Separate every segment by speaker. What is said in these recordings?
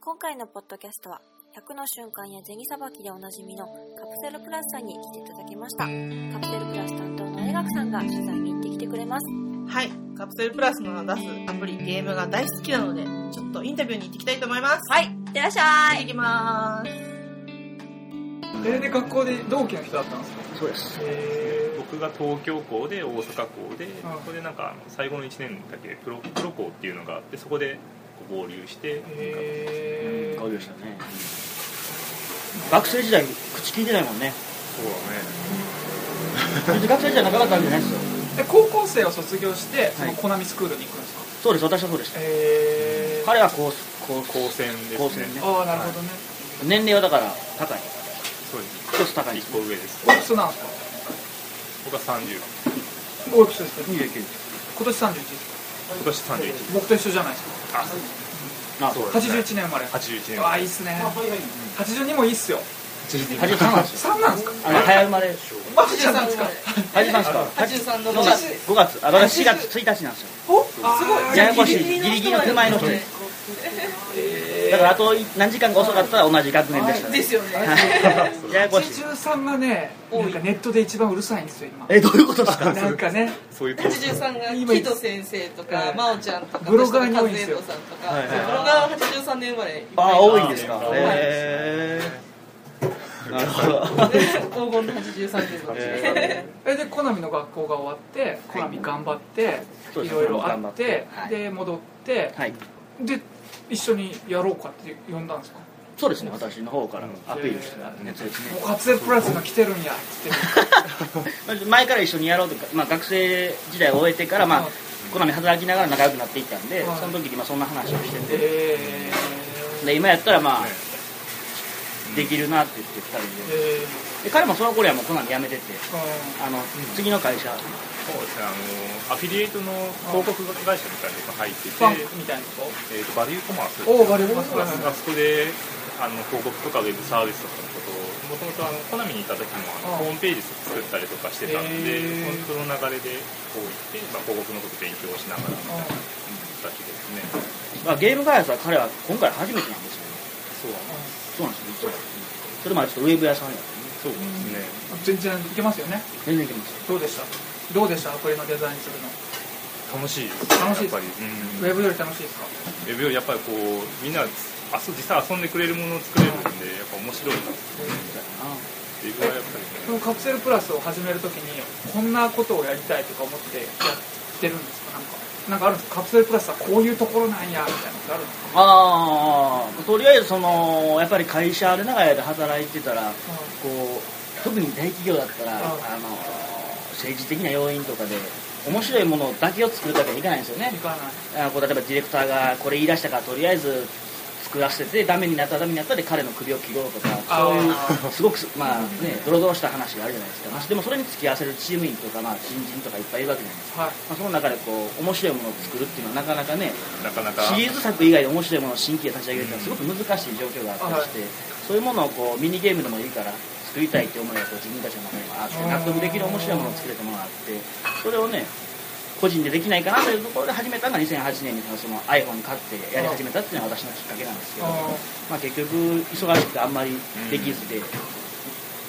Speaker 1: 今回のポッドキャストは100の瞬間や銭さばきでおなじみのカプセルプラスさんに来ていただきましたカプセルプラス担当の江学さんが取材に行ってきてくれます
Speaker 2: はい、カプセルプラスの出すアプリゲームが大好きなので、ちょっとインタビューに行ってきたいと思います。
Speaker 1: はいいってらっしゃ
Speaker 2: 行きまーす。
Speaker 3: えで学校で同期の人だったんですか
Speaker 4: そうです。
Speaker 3: へ
Speaker 5: 僕が東京校で大阪校で
Speaker 3: ああ
Speaker 5: そこでなんかあの最後の1年だけプロプロ校っていうのがあってそこでこう合流して
Speaker 3: え
Speaker 4: 変わりましたね。学生時代、口聞いてないもんね。
Speaker 5: そうだ
Speaker 4: 別に学生時代なかなかあるんじゃないですよ。
Speaker 3: で高校生を卒業してその
Speaker 4: はい
Speaker 3: コナミスクールに行くんですか
Speaker 4: そうです、私はそうでした。
Speaker 3: へ
Speaker 4: 彼はこう、こう、
Speaker 5: 高専ですね
Speaker 4: 高専ね。
Speaker 3: ああなるほどね
Speaker 4: 年齢はだから、高い。
Speaker 5: そうです
Speaker 4: 一つ高いで
Speaker 5: 一
Speaker 4: す
Speaker 5: 個。上です
Speaker 3: おいくつなんですか
Speaker 5: 僕は30
Speaker 3: おいくつですか
Speaker 4: 29です。
Speaker 3: 今年31です
Speaker 5: 今年31
Speaker 3: 僕と一緒じゃないですか
Speaker 5: あ
Speaker 4: あ、
Speaker 5: そうですね
Speaker 3: 81年生まれ
Speaker 5: 81年
Speaker 3: うわいいっすね82もいいっすよ
Speaker 4: 83なんですよ。
Speaker 3: 3なんですか
Speaker 4: あの、早生まれ。
Speaker 3: マジで3ですか
Speaker 4: 83ですか。
Speaker 2: 83の
Speaker 4: 5月、5月、あ、だから4月1日なんですよ。
Speaker 3: おすごい
Speaker 4: ややこしい、ギリギリの手前の人です。だから、あと何時間が遅かったら同じ学年でした ね。
Speaker 2: ですよね。
Speaker 4: はいややこしい。
Speaker 3: 83がねなんかネットで一番うるさいんですよ今
Speaker 4: え、どういうことですか
Speaker 3: なんかね
Speaker 5: そういうとこ
Speaker 2: 83が木戸先生と
Speaker 3: は
Speaker 2: か
Speaker 3: い、
Speaker 2: 真央ちゃんとか、
Speaker 3: ブロガーに多いん
Speaker 2: 和
Speaker 3: で
Speaker 2: 江
Speaker 3: すよ
Speaker 2: 人さんとか、
Speaker 4: はいはい
Speaker 2: ブロガー83年生まれ、
Speaker 4: ああ、多いんですか。
Speaker 5: 多いですね
Speaker 4: へえ。なるほど。
Speaker 2: 黄金の83年生まれ。
Speaker 4: え
Speaker 3: えでコナミの学校が終わってコナミ頑張って
Speaker 4: そう
Speaker 3: い
Speaker 4: です
Speaker 3: ろいろあっ
Speaker 4: コナ
Speaker 3: て
Speaker 2: 張って
Speaker 3: で戻って
Speaker 4: ーはい。
Speaker 3: で一緒にやろうかって呼んだんですかも
Speaker 4: そうですね、私の方からアピールしてたやつですね
Speaker 3: う。カツエプラスが来てるんやっつって
Speaker 4: 前から一緒にやろうとか、まあ、学生時代を終えてから、まあ
Speaker 3: うん、
Speaker 4: 好み働きながら仲良くなっていったんで
Speaker 3: はい、
Speaker 4: その時にまあそんな話をして て、
Speaker 3: えー
Speaker 4: で今やったら、まあ
Speaker 5: ね、
Speaker 4: できるなって言って、二人で。
Speaker 3: え
Speaker 4: で彼もその頃はもう好み辞めてて、
Speaker 3: ーうん
Speaker 4: あの、次の会社、
Speaker 5: そうですねあのアフィリエイトの広告会社みたいなのが入ってて
Speaker 3: ファンクみたいなこ
Speaker 5: えーとバリューコマース
Speaker 3: とおおバレます
Speaker 5: あそこであの広告とかウェブサービスとかのことをもともとあのコナミにいた時もあの
Speaker 3: ああ
Speaker 5: ホームページ作ったりとかしてたんで
Speaker 3: へえ
Speaker 5: その流れでこう行って、まあ、広告のこと勉強しながらだけですね
Speaker 4: まあ、ゲーム開発は彼は今回初めてなんですよね。
Speaker 5: そう
Speaker 4: そうなんですよ、実は。それまでちょっとウェブ屋さんやったんでね。
Speaker 5: そうで
Speaker 3: 全
Speaker 5: すね
Speaker 3: 然いけますよね
Speaker 4: 全然いけますよ。
Speaker 3: どうでしたどうでしたアプリのデザインするの
Speaker 5: 楽しいです
Speaker 3: 楽しい
Speaker 5: やっぱり、
Speaker 3: ウェブより楽しいですか
Speaker 5: うん、ウェブよりやっぱりこうみんなあそう実際遊んでくれるものを作れるんでやっぱ面白いなっていうのはやっぱり
Speaker 3: その
Speaker 5: ね
Speaker 3: カプセルプラスを始めるときにこんなことをやりたいとか思ってやってるんですかなんかなんかあるんですかカプセルプラスはこういうところなんやみたいなのってあるんですか
Speaker 4: ああ、とりあえずその、やっぱり会社で長い間働いてたら、こう、特に大企業だったら、あ
Speaker 3: う
Speaker 4: の
Speaker 3: ん、
Speaker 4: 政治的な要因とかで、面白いものだけを作るだけはいかないんですよね
Speaker 3: い。かない
Speaker 4: あこう例えばディレクターがこれ言い出したから、とりあえず作らせてて、ダメになったらダメになったで彼の首を切ろうとか、
Speaker 3: あ
Speaker 4: そういう
Speaker 3: ー、
Speaker 4: すごくす、まあね、ドロドロした話があるじゃないですか。まあでもそれに付き合わせるチーム員とか、まあ新人とかいっぱいいるわけじゃないですか。
Speaker 3: はい
Speaker 4: まあ、その中でこう、面白いものを作るっていうのはなかなかね、
Speaker 5: なかなか
Speaker 4: シリーズ作以外で面白いものを新規で立ち上げるってのはすごく難しい状況があったりして、そういうものをこうミニゲームでもいいから作りたいって思いがこう自分たちの中にもあっ
Speaker 3: う
Speaker 4: て
Speaker 3: ん
Speaker 4: 納得できる面白いものを作れたものがあってそれをね個人でできないかなというところで始めたのが2008年にその iPhone 買ってやり始めたっていうのが私のきっかけなんですけど、
Speaker 3: あ
Speaker 4: まあ、結局忙しくてあんまりできずで、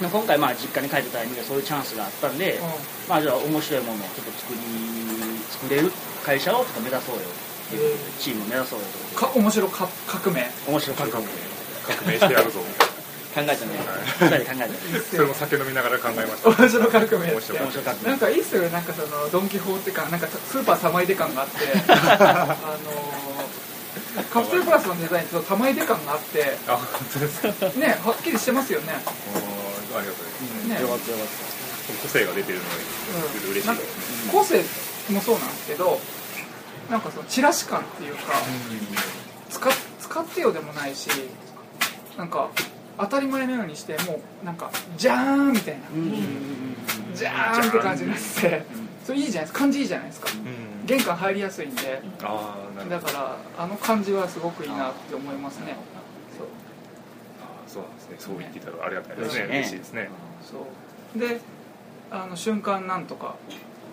Speaker 4: まあ今回まあ実家に帰ったタイミングでそういうチャンスがあったんで、
Speaker 3: ーうん
Speaker 4: まあじゃあ面白いものをちょっと作り作れる会社をちょっと目指そうよっていうことでチームを目指そうよということ
Speaker 3: か面白か革命
Speaker 4: で面白い感覚を考
Speaker 5: 革命してや るぞ
Speaker 4: えたね二人で考えたね
Speaker 5: それも酒飲みながら考えま した
Speaker 3: 面白革命
Speaker 5: 面
Speaker 3: って
Speaker 5: 白い
Speaker 4: 面白かった
Speaker 3: なんかいいっすよねなんかそのドン・キホーテ感なんかスーパー玉入れ感があ ってあのーカプセルプラスのデザインと玉入れ感があって
Speaker 5: あ本当ですかあ
Speaker 3: ねはっきりしてますよね
Speaker 5: ーありがとうございます
Speaker 3: ね
Speaker 4: よかったよかっ
Speaker 5: 個性が出てるのが
Speaker 3: うん
Speaker 5: 嬉しいですね
Speaker 3: 個性もそうなんですけどなんかそのチラシ感っていうか使っ使ってよでもないしなんか当たり前のようにしてもうなんかじゃーんみたいな
Speaker 4: たうん
Speaker 3: じゃーんって感じになってそれいいじゃないですか感じいいじゃないですか
Speaker 5: うん
Speaker 3: 玄関入りやすいんで
Speaker 5: ああなる
Speaker 3: だ
Speaker 5: ほど
Speaker 3: からあの感じはすごくいいなって思いますねそう
Speaker 5: あーそうなんですねそう言っていただくとありがたいです
Speaker 4: 嬉しい
Speaker 5: ね
Speaker 4: ね
Speaker 5: 嬉しいですね
Speaker 3: そうであの瞬間なんとか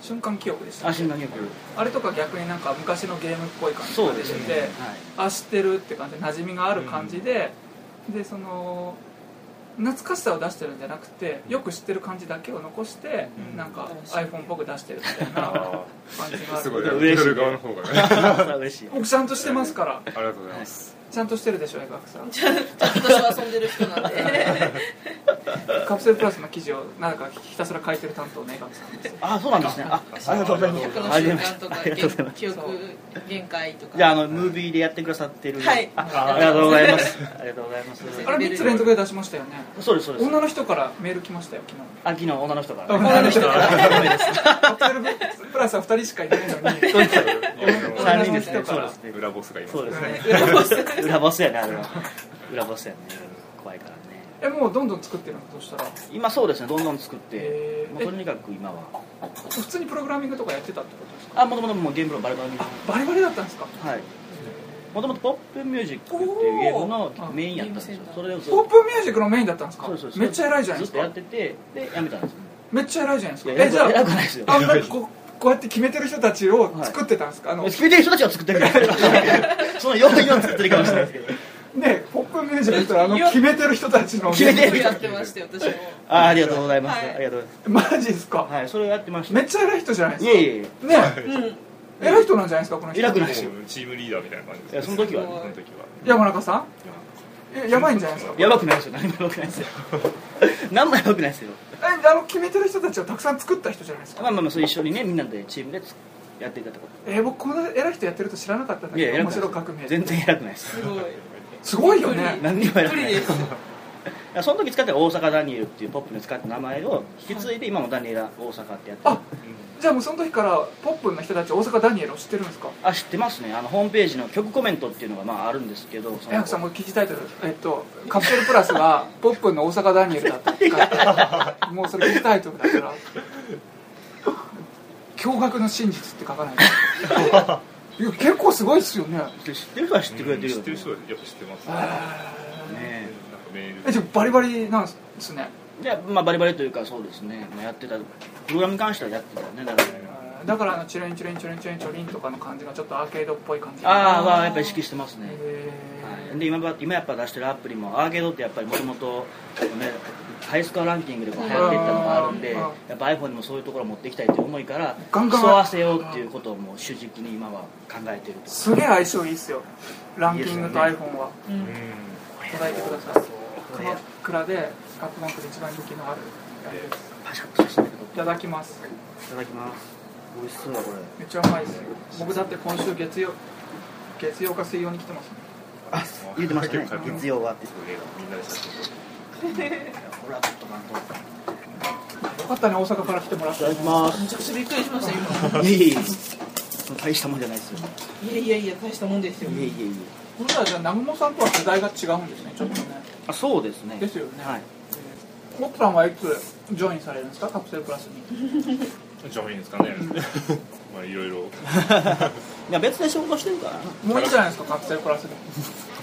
Speaker 3: 瞬間記憶でした
Speaker 4: あ瞬間記憶
Speaker 3: あれとか逆になんか昔のゲームっぽい感じ
Speaker 4: そ
Speaker 3: が
Speaker 4: う
Speaker 3: 出
Speaker 4: です
Speaker 3: て
Speaker 4: よね、
Speaker 3: て、
Speaker 4: はい、
Speaker 3: あ知ってるって感じで馴染みがある感じで、でその懐かしさを出してるんじゃなくてよく知ってる感じだけを残して、
Speaker 4: うん
Speaker 3: なんか
Speaker 2: 新しい
Speaker 3: iPhone っぽく出してるみたいな
Speaker 5: あ
Speaker 3: 感じが
Speaker 5: あ
Speaker 3: あ
Speaker 5: すごい
Speaker 3: る
Speaker 5: 受け取る側の方がねあ
Speaker 4: 嬉しい
Speaker 3: 僕ちゃんとしてますから
Speaker 5: りがとうございます
Speaker 3: ちゃんとしてるでしょ江角さ ん
Speaker 2: 私は遊んでる人 なんで
Speaker 3: カプセルプラスの記事をなんかひたすら書いてる担当の江角さんです
Speaker 4: あそうなんですねあありがとうございます
Speaker 2: 100の
Speaker 4: あり
Speaker 2: 瞬
Speaker 4: がとうございま
Speaker 2: 間とか
Speaker 4: すありがとうございます
Speaker 2: 記憶限界とか
Speaker 4: じゃああのムービーでやってくださってる
Speaker 2: はい
Speaker 4: あありがとうございますありがとうございます
Speaker 3: あれ3つ連続で出しましたよね
Speaker 4: そうですそうです
Speaker 3: 女の人からメール来ましたよ昨日
Speaker 4: あ昨日女の人からね
Speaker 3: 女の人か
Speaker 4: ダメです
Speaker 3: カプセルプラスは2人しかいないの に
Speaker 4: そうです
Speaker 3: 女
Speaker 4: 三
Speaker 3: の
Speaker 4: 人です
Speaker 3: 人
Speaker 4: ね
Speaker 3: か
Speaker 4: そう
Speaker 3: ら
Speaker 4: ですね
Speaker 5: 裏ボスがいます
Speaker 4: そうですね
Speaker 2: 裏ボス
Speaker 4: 裏ボスやねあれは裏ボスやね怖いからね
Speaker 3: えもうどんどん作ってるのそしたら
Speaker 4: 今そうですねどんどん作って
Speaker 3: え
Speaker 4: もう
Speaker 3: ー
Speaker 4: とにかく今は
Speaker 3: 普通にプログラミングとかやってたってことですか
Speaker 4: あもともともうゲームのバレバレに
Speaker 3: あバリバリだったんですか
Speaker 4: はいもともとポップミュージックっていうゲームのメインやったんですよそれをずっ
Speaker 3: ポップミュージックのメインだったんですか
Speaker 4: そうです
Speaker 3: めっちゃ偉いじゃないで
Speaker 4: ず
Speaker 3: す
Speaker 4: っとや
Speaker 3: か
Speaker 4: っててでやめたんですよ
Speaker 3: めっちゃ偉いじゃないですか
Speaker 4: いや
Speaker 3: えじゃ
Speaker 4: 偉
Speaker 3: あ
Speaker 4: くないですよ
Speaker 3: あんなこうこうやって決めてる人たちを作ってたんですか、
Speaker 4: 決めてる人たちは作ってるから その要因は作ってるかもしれないですけど
Speaker 3: あのねポップミュージックとあの決めてる人たちの
Speaker 4: 決めてる
Speaker 2: やってましたよ私も
Speaker 4: あーありがとうございます、
Speaker 2: はい
Speaker 4: ありがとうござい
Speaker 3: マジですか、
Speaker 4: ますはいそれをやってました
Speaker 3: めっちゃ偉い人じゃないで
Speaker 4: い
Speaker 3: すか
Speaker 4: えいえい
Speaker 3: ね
Speaker 2: うん
Speaker 3: 偉い人なんじゃないですかこの人
Speaker 4: 偉くない
Speaker 5: もうチームリーダーみたいな感じです
Speaker 4: やその時はね
Speaker 5: その時は
Speaker 3: 山中さんえやばいんじゃないですか
Speaker 4: やばくないですよ何もやばくないですよ何もやばくないですよ
Speaker 3: えあの決めてる人たちをたくさん作った人じゃないです
Speaker 4: ま
Speaker 3: か
Speaker 4: あまあまあそう一緒にねみんなでチームでつやっていたってこ
Speaker 3: え僕この偉い人やってると知らなかったんだ
Speaker 4: といや
Speaker 3: けど
Speaker 4: 偉
Speaker 3: 面
Speaker 4: くない
Speaker 3: 白い革命
Speaker 4: 全然偉くないです
Speaker 2: すごい
Speaker 3: すごいよね
Speaker 4: 何にも
Speaker 2: 不
Speaker 4: 偉く
Speaker 2: 利
Speaker 4: ない
Speaker 2: で
Speaker 4: です
Speaker 2: す
Speaker 4: いやその時使ってた大阪ダニエルっていうポップに使った名前を引き継いで今もダニエル大阪ってやってる
Speaker 3: あじゃあもうその時からポップの人たち大阪ダニエルを知ってるんですか
Speaker 4: あ知ってますねあのホームページの曲コメントっていうのがまああるんですけどそ
Speaker 3: え
Speaker 4: の
Speaker 3: なさんもう記事タイトルえっとカプセルプラスがポップンの大阪ダニエルだったって書いてあるもうそれ記事タイトルだから驚愕の真実って書かないといや結構すごいですよね
Speaker 4: 知ってる人は知ってくれてるよ、
Speaker 5: 知ってる人はやっぱ知ってますね
Speaker 4: ね
Speaker 5: なんかメール
Speaker 3: えじゃあバリバリなんですね
Speaker 4: で、まあ、バリバリというかそうですね、まあ、やってたプログラムに関してはやってたよねだから
Speaker 3: だからあのチュレンチュレンチュレンチュレンチュリンとかの感じがちょっとアーケードっぽい感じ
Speaker 4: ああはやっぱり意識してますね、
Speaker 3: へー
Speaker 4: はい、で今ば今やっぱ出してるアプリもアーケードってやっぱりもともとハイスコアランキングでこう流行っていったのがあるんで
Speaker 3: うん
Speaker 4: やっぱ iPhone にもそういうところを持っていきたいという思いから
Speaker 3: ガンガン
Speaker 4: 競わせようっていうことをもう主軸に今は考えてると
Speaker 3: すげえ相性いいっすよランキングと
Speaker 4: いい
Speaker 3: iPhone は
Speaker 2: うん
Speaker 3: 叩いてください
Speaker 4: これ
Speaker 3: 鎌倉でカップバンクで一番人気のあるやつです
Speaker 4: パシャッとしてみると
Speaker 3: いただきます
Speaker 4: いただきます美味しそうだこれ
Speaker 3: めっちゃうまいですよ僕だって今週月曜月曜か水曜に来てますね
Speaker 4: あ入れてましたね
Speaker 5: 結構
Speaker 4: 月曜はって
Speaker 5: みんなで写真撮って
Speaker 4: ほらちょっと待って
Speaker 3: よかったね大阪から来てもらっ
Speaker 4: い
Speaker 3: て
Speaker 4: ただきます
Speaker 2: めちゃくちゃびっくりしました今
Speaker 4: いえいえいえ大したもんじゃないですよ
Speaker 2: いやいやいや大したもんですよ
Speaker 4: いえいえいえ
Speaker 3: ほんならじゃあナムモさんとは世代が違うんですねちょっとね
Speaker 4: あそうですね
Speaker 3: ですよね
Speaker 4: はい
Speaker 3: 奥さんはいつジョインされるんですかカプセルプラスに
Speaker 5: ジョインですかね まあいろいろ
Speaker 4: いや別で仕事してるから
Speaker 3: もういいんじゃないですかカプセルプラスで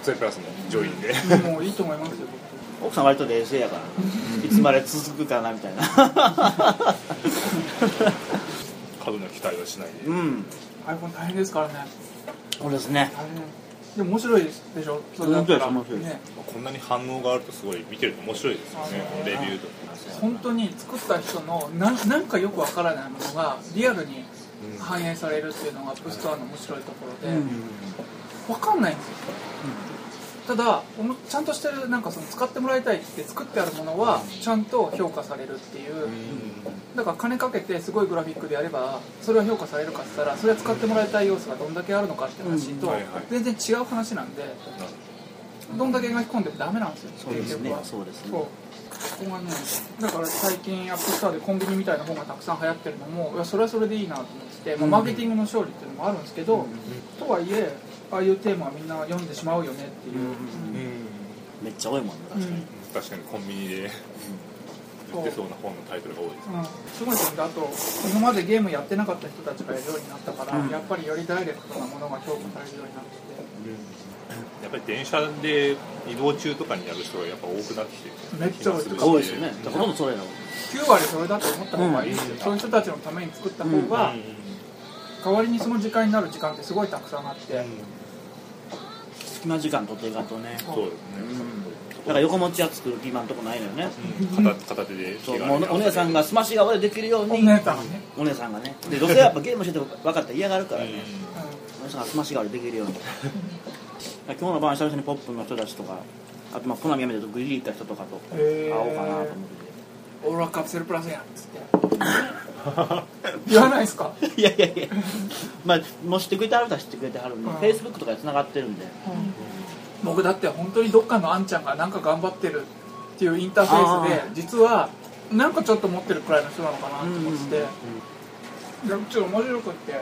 Speaker 5: それプラスのジョインで
Speaker 3: もういいと思いますよ僕
Speaker 4: 奥さん割と冷静やからいつまで続くかなみたいな
Speaker 5: 過度な期待はしないで
Speaker 4: うん
Speaker 3: iPhone 大変ですからね
Speaker 4: そうですね
Speaker 3: 大変でも面白いですでしょそれだったら
Speaker 4: 面白いです面白いです
Speaker 3: ね
Speaker 5: こんなに反応があるとすごい見てると面白いですよねレビューとか
Speaker 3: 本当に作った人のなんなんかよくわからないものがリアルに反映されるっていうのがアップストアの面白いところで、わかんないんですよ、ただおもちゃんとしてるなんかその使ってもらいたいって作ってあるものはちゃんと評価されるっていう、だから金かけてすごいグラフィックでやればそれは評価されるかっつったらそれは使ってもらいたい要素がどんだけあるのかって話と
Speaker 5: うんはいはい
Speaker 3: 全然違う話なんでどんだけ描き込んでもダメなんですよ
Speaker 4: そうです
Speaker 3: 結局
Speaker 4: ね
Speaker 3: は
Speaker 4: そうです
Speaker 3: そう
Speaker 4: ね
Speaker 3: ここがねだから最近アップストアでコンビニみたいな本がたくさん流行ってるのもいやそれはそれでいいなと思ってて、まあ、マーケティングの勝利っていうのもあるんですけど、とはいえああいうテーマはみんな読んでしまうよねっていう、
Speaker 4: めっちゃ多いもんね確かに
Speaker 5: 確かにコンビニで売ってそうな本のタイトルが多いです
Speaker 3: うんすごいですねあと今までゲームやってなかった人たちがやるようになったから、
Speaker 4: うん
Speaker 3: やっぱりよりダイレクトなものが評価されるようになってて
Speaker 5: やっぱり電車で移動中とかにやる人がやっぱ多くなってきてる
Speaker 3: めっちゃ多い
Speaker 5: 気が
Speaker 4: 多いですよねほとんどそれだもん
Speaker 3: 9割それだと思った方がいいですよ、
Speaker 5: うん
Speaker 3: そういう人たちのために作った方
Speaker 5: うん
Speaker 3: が、代わりにその時間になる時間ってすごいたくさんあって、
Speaker 4: 隙間時間とっていかんとね
Speaker 5: そうです
Speaker 4: だから横持ちは作る今んとこないのよね
Speaker 5: ね、うん、片片手で
Speaker 4: そう
Speaker 5: 手
Speaker 4: もうお姉さん
Speaker 5: が
Speaker 4: がスマッシュが俺できるよう
Speaker 3: お
Speaker 4: に
Speaker 3: 姉さんはね、
Speaker 4: お姉さんがねで女性はやっぱゲームしてて分かったら嫌がるからね、
Speaker 3: う
Speaker 4: お姉さんがスマッシュが俺できる ようにだから今日の晩久々にポップの人たちとかあとまあ好みやめてグリー行った人とかと
Speaker 3: ん、
Speaker 4: 会
Speaker 3: へ
Speaker 4: おうかなと思って
Speaker 3: オーロラカプセルプラスやんっつって言わないですか、
Speaker 4: いやいやいや、 まあ、もう知ってくれてはる人は知ってくれてはるんで、
Speaker 3: うん
Speaker 4: Facebook とかでつながってるんで、
Speaker 3: 僕だって本当にどっかのあんちゃんがなんか頑張ってるっていうインターフェースで
Speaker 4: あ
Speaker 3: 実はなんかちょっと持ってるくらいの人なのかなと思ってて、
Speaker 4: うん
Speaker 3: でもちょっと面白くって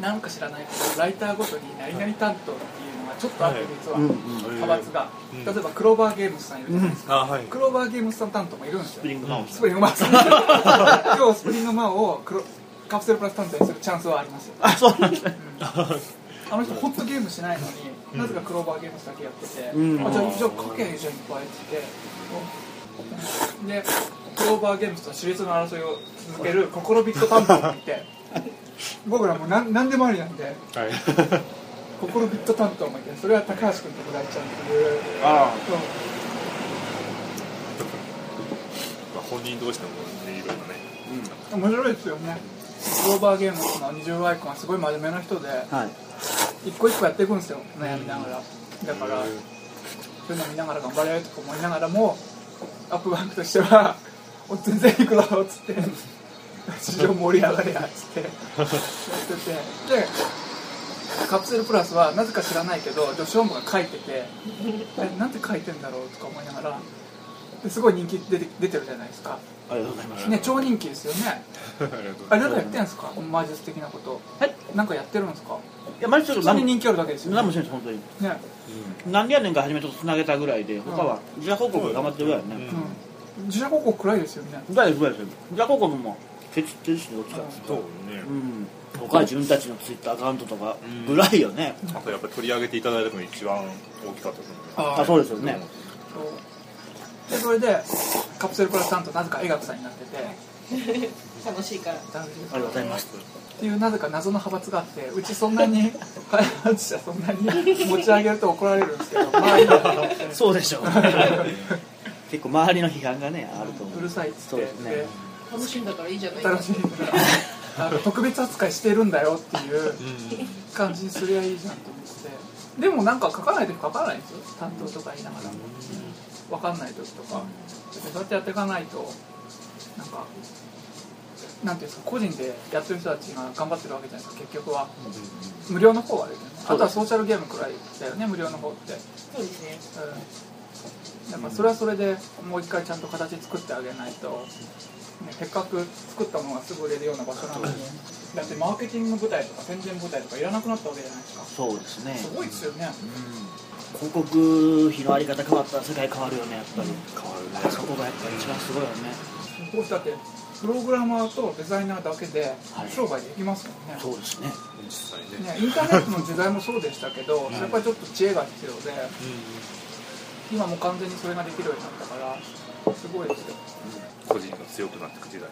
Speaker 3: なんか知らないけどライターごとに何々担当っていうのがちょっとあって
Speaker 5: はい
Speaker 3: 実は、
Speaker 4: うんうん
Speaker 3: 派閥が、
Speaker 5: うん
Speaker 3: 例えばクローバーゲームズさんいるじゃないですか、
Speaker 5: あはい
Speaker 3: クローバーゲームズさん担当もいるんです
Speaker 4: ス
Speaker 3: よ
Speaker 4: プリングマウン
Speaker 3: スプリングマンさん今日スプリングマンをクロカプセルプラス担当にするチャンスはありますよ
Speaker 4: あ、そうなんですね。
Speaker 3: あの人ホットゲームしないのに、なぜかクローバーゲームズだけやってて、
Speaker 4: うん
Speaker 3: あじゃあじゃあ書けへんじゃんいっぱいって言ってでクローバーゲームズと熾烈な争いを続けるココロビット担当もいて僕らもう何何でもありなんで
Speaker 5: はい
Speaker 3: ココロビット担当もいてそれは高橋君とこだっちゃんっていう
Speaker 4: あ
Speaker 3: そう
Speaker 5: まあ本人同士のもねいろいろね
Speaker 3: 面白いですよねクローバーゲームズの二重アイコンはすごい真面目な人で
Speaker 4: あ。はい。
Speaker 3: 一個一個やっていくんですよ悩みながらだからそういうの見ながら頑張れとか思いながらもアップバンクとしては「お全然いくだろ」っつって「市場盛り上がれや」っつってやっててでカプセルプラスはなぜか知らないけど女子音部が書いてて「えなんて書いてんだろう?」とか思いながらですごい人気出て出てるじゃないですか、
Speaker 4: ありがとうございます。
Speaker 3: ね、超人気ですよね
Speaker 5: ありがとうご
Speaker 3: あ
Speaker 5: ざ
Speaker 3: れ
Speaker 5: いま
Speaker 3: なんかやってんですかオマージュ的なこと
Speaker 4: はい。
Speaker 3: なんかやってるんですか
Speaker 4: いや、マジちょっ
Speaker 3: 普通
Speaker 4: と何
Speaker 3: に
Speaker 4: も、
Speaker 3: 人気あるだけですよ
Speaker 4: 何も
Speaker 3: ね
Speaker 4: してないです、本当に。
Speaker 3: ね
Speaker 4: なんでやねんか初めちょっと繋げたぐらいで、他は、自社広告頑張ってるぐらいやね。
Speaker 5: す
Speaker 3: うん自社広告暗いですよね
Speaker 4: ぐらいです、ぐらいですよ。自社広告も、ケチってるし、どっちか。
Speaker 5: そうね
Speaker 4: うん。他は自分たちのツイッターアカウントとか
Speaker 5: うん、
Speaker 4: ぐらいよね。
Speaker 5: あとやっぱり取り上げていただいたのが一番大きかったですね
Speaker 4: あ、そうですよね。
Speaker 3: そうでそれでカプセルプラス担当なぜか絵学さんになってて
Speaker 6: 楽しいから。
Speaker 4: ありがとうございます。
Speaker 3: っていうなぜか謎の派閥があってうちそんな に開発者そんなに持ち上げると怒られるんですけ どまあいいやと思って
Speaker 4: そうでしょう。 結構周りの批判がね、あると思う。
Speaker 3: うるさいっつ
Speaker 4: そ
Speaker 3: っ
Speaker 4: う
Speaker 3: て
Speaker 4: ですね。
Speaker 6: 楽しいんだからいいじゃない
Speaker 3: で楽しいあの特別扱いしてるんだよっていう感じにすりゃいいじゃんと思ってでもなんか書かない時書かないんですよ担当とか言いながら分かんない時とかそうやってやっていかないとなんかなんていうんですか個人でやってる人たちが頑張ってるわけじゃないですか結局は無料の方はですねあとはソーシャルゲームくらいだよね無料の方って
Speaker 6: そうですね。
Speaker 3: うん、やっぱそれはそれでもう一回ちゃんと形作ってあげないと、ね、せっかく作ったものがすぐ売れるような場所なのにだってマーケティングの舞台とか宣伝舞台とかいらなくなったわけじゃないですか
Speaker 4: そうですね。
Speaker 3: すごいですよね
Speaker 4: 広告費のあり方変わったら世界変わるよねやっぱり
Speaker 5: 変わるね
Speaker 4: あそこがやっぱり一番すごいよね
Speaker 3: こうしたってプログラマーとデザイナーだけで
Speaker 4: はい
Speaker 3: 商売できますもんね,、
Speaker 4: そうですね
Speaker 5: 実際ね
Speaker 3: ねインターネットの時代もそうでしたけどやっぱりちょっと知恵が必要で今もう完全にそれができるようになったからすごいですよ
Speaker 5: 個人が強くなっていく時代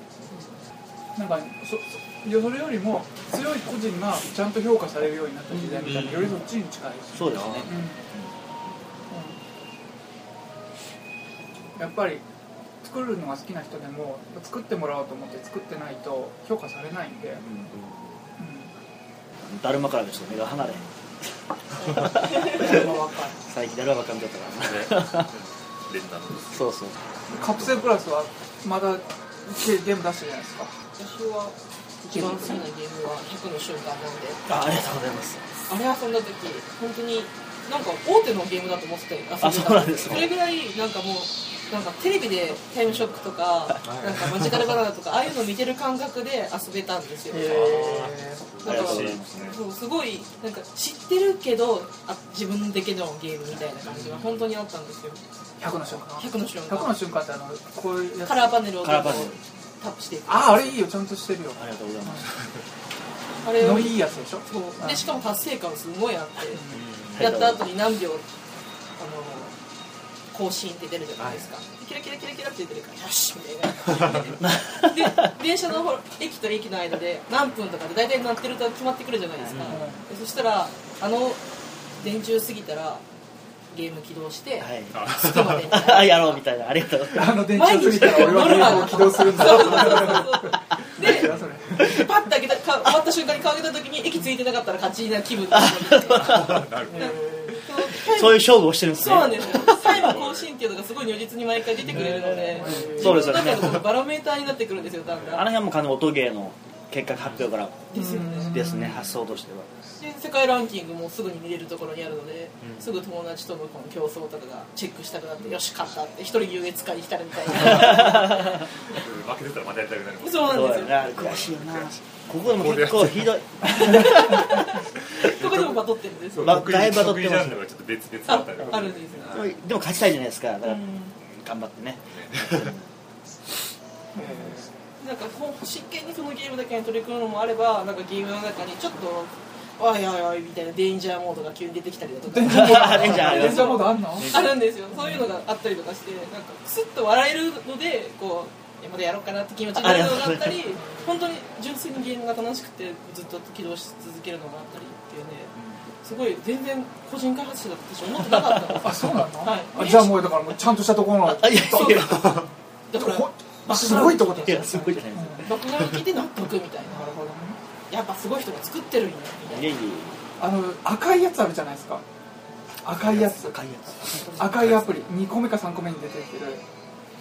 Speaker 3: なんかそそそれよりも強い個人がちゃんと評価されるようになった時代みたいなよりそっちに近いし、
Speaker 4: そうですね
Speaker 3: うんやっぱり作るのが好きな人でも作ってもらおうと思って作ってないと評価されない んで、
Speaker 4: だるまからですよ目が離れへん
Speaker 3: うん、それはわかる
Speaker 4: 最近だるまばっか見ちゃったからな
Speaker 5: 連打の
Speaker 4: そうそう
Speaker 3: カプセルプラスはまだゲゲーム出してるじゃないですか
Speaker 6: 私は一番好きなゲームは100の瞬間なんで、
Speaker 4: あありがとうございます
Speaker 6: あれ遊んだ時本当になんか大手のゲームだと思って遊んでた。
Speaker 4: あそうなんですか
Speaker 6: それぐらいなんかもう。なんかテレビでタイムショックとか、なんかマジカルバナナとか、ああいうの見てる感覚で遊べたんですよ。
Speaker 4: あ
Speaker 6: あ
Speaker 4: り
Speaker 6: り
Speaker 4: が
Speaker 6: が
Speaker 4: とうござ
Speaker 6: とうござ
Speaker 4: い
Speaker 6: い
Speaker 4: ます
Speaker 6: そうすごいなんか知ってるけどあ自分だけのゲームみたいな感じが本当にあったんですよ
Speaker 3: 100の瞬間
Speaker 6: 100の瞬
Speaker 3: 100の
Speaker 6: 間
Speaker 3: 瞬間ってあのこういうやつ
Speaker 6: カラーパネルを
Speaker 4: カ
Speaker 6: ど
Speaker 4: ラ
Speaker 6: ん
Speaker 4: ー
Speaker 6: ど
Speaker 4: パ
Speaker 6: ん
Speaker 4: ネル
Speaker 6: タップしていく
Speaker 3: あああれいいよちゃんとしてるよ
Speaker 4: ありがとうございます
Speaker 6: あれを
Speaker 3: のいいやつでしょ
Speaker 6: そうでしかも達成感すごいあってやった後に何秒あの更新って出るじゃないですか、キラキラキラキラって出るからよしみたい なで電車のほら駅と駅の間で何分とかで大体鳴ってると決まってくるじゃないですか、でそしたらあの電柱過ぎたらゲーム起動して、
Speaker 4: はい
Speaker 5: あ
Speaker 6: 着く までみたいな
Speaker 4: あやろうみたいな ありがとうございます
Speaker 3: あの電柱過ぎたら俺はゲームを起動するんだ
Speaker 6: そうそうそうそう
Speaker 3: 何
Speaker 6: で
Speaker 3: だそ れ
Speaker 6: パッて開けたか終わった瞬間に顔上げた時に駅ついてなかったら勝ちな気分になって
Speaker 5: なるほど
Speaker 4: そういう勝負をしてるんです
Speaker 6: そうなん
Speaker 4: ね
Speaker 6: ですよ最後更新っていうのがすごい如実に毎回出てくれるので
Speaker 4: そうですよね
Speaker 6: だからバロメーターになってくるんですよだん
Speaker 4: あの
Speaker 6: だん
Speaker 4: 辺はもう完全に音ゲーの結果発表から
Speaker 6: ですよね
Speaker 4: ですね発想としては
Speaker 6: で世界ランキングもすぐに見れるところにあるので、すぐ友達とのこの競争とかがチェックしたくなってよし勝ったって一人優越感に浸るみたいな
Speaker 5: 負けてたらまたやりたくなります
Speaker 6: そうなんで
Speaker 4: よ
Speaker 6: すよ
Speaker 4: ね悔しいよなここでも結構ひどい
Speaker 6: ここでもバトってるんですよ
Speaker 4: ま
Speaker 5: 得
Speaker 4: だい
Speaker 5: 意
Speaker 4: ぶ当たっ
Speaker 5: 得
Speaker 4: て
Speaker 5: 意
Speaker 4: ます
Speaker 5: ジャンルがちょっと別々だ
Speaker 6: あ
Speaker 5: ったりとか
Speaker 6: あるんですよ
Speaker 4: でも勝ちたいじゃないですかだから頑張ってね
Speaker 6: なんかこう真剣にそのゲームだけに取り組むのもあればなんかゲームの中にちょっとおいおいおいみたいなデンジャーモードが急に出てきたりだとか
Speaker 3: 電柱モード
Speaker 4: レンジャーある
Speaker 3: 電柱モードあんの
Speaker 6: あるんですよそういうのがあったりとかしてなんかクスッと笑えるのでこういやまだやろうかなって気持ちになるのがあったり本当に純粋にゲームが楽しくてずっと起動し続けるのもあったりっていうねすごい全然個人開発者だって私思ってなかったんです
Speaker 3: あそうなの、
Speaker 6: はい
Speaker 3: あじゃあもうだからもうちゃんとしたところの
Speaker 4: あいやいや
Speaker 6: だから
Speaker 3: ほすごいとこだ
Speaker 4: いやすごいじゃないですか
Speaker 6: 爆買い聞いて納得みたいな
Speaker 3: なるほどね
Speaker 6: やっぱすごい人が作ってるんやみたい
Speaker 4: い
Speaker 6: な
Speaker 4: やいや
Speaker 3: あの赤いやつあるじゃないですか赤いやつ
Speaker 4: 赤いやつ
Speaker 3: 赤いアプリ2個目か3個目に出てきてる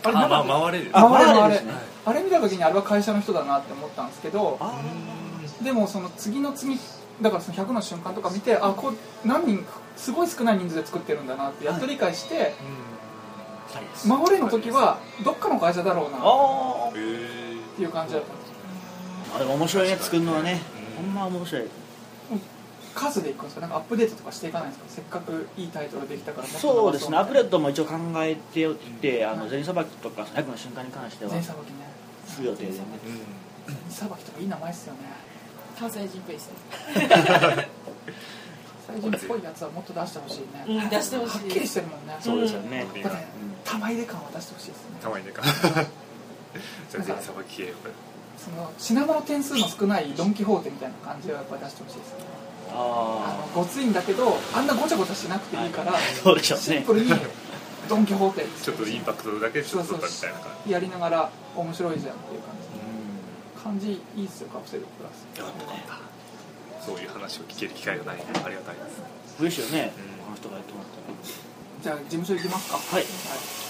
Speaker 3: あれ
Speaker 5: あ
Speaker 3: なん
Speaker 5: ま
Speaker 3: か
Speaker 5: あ回れる
Speaker 3: あ回れる
Speaker 4: あ
Speaker 3: あ
Speaker 4: 回れるんで
Speaker 3: れ
Speaker 4: すね
Speaker 3: あれ見た時にあれは会社の人だなって思ったんですけど
Speaker 4: あ
Speaker 3: でもその次の次だからその100の瞬間とか見てあこう何人かすごい少ない人数で作ってるんだなってやっと理解して
Speaker 4: あ2人です
Speaker 3: 守れの時はどっかの会社だろうなっ
Speaker 4: あ
Speaker 5: へー
Speaker 3: ていう感じだったんです
Speaker 4: あでも面白いね作るのはねほんま面白い
Speaker 3: 数でいくんですかなんかアップデートとかしていかないんですかせっかくいいタイトルできたからもっと伸ば
Speaker 4: そうですねアップ
Speaker 3: デー
Speaker 4: デートも一応考えておいてあの全さばきとか100の瞬間に関しては
Speaker 3: 前さばきね
Speaker 4: する予定でね
Speaker 5: うん
Speaker 3: 前さばきとかいい名前ですよね
Speaker 6: 関西人っぽいですね
Speaker 3: 最近っぽいやつはもっと出してほしいね
Speaker 6: うん出してほしい
Speaker 3: はっきりしてるもんね
Speaker 4: そうですよね
Speaker 5: うん
Speaker 3: だから玉入れ感は出してほしいですね
Speaker 5: たまにねかじゃあ全員さばきへ
Speaker 3: その品物点数の少ないドン・キホーテみたいな感じはやっぱり出してほしいですねあ
Speaker 4: あ
Speaker 3: のごついんだけどあんなごちゃごちゃしなくていいから、
Speaker 4: あそうでしょう
Speaker 3: シン
Speaker 4: ね
Speaker 3: プルにドン・キホーテ
Speaker 5: ちょっとインパクトだけちょっと取ったみたいな感じ
Speaker 3: やりながら面白いじゃんっていう
Speaker 4: うん
Speaker 3: 感じ感じいいっすよカプセルプラス
Speaker 4: よかったね
Speaker 5: そういう話を聞ける機会がないねありがたいです
Speaker 4: 嬉しいよね
Speaker 5: うん
Speaker 4: この人がやってもらったら
Speaker 3: じゃあ事務所行きますか
Speaker 4: は
Speaker 3: は
Speaker 4: い
Speaker 3: い